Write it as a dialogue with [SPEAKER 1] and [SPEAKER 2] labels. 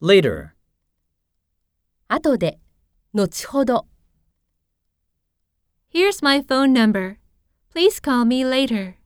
[SPEAKER 1] later,
[SPEAKER 2] 後で、後ほど、
[SPEAKER 3] Here's my phone number. Please call me later.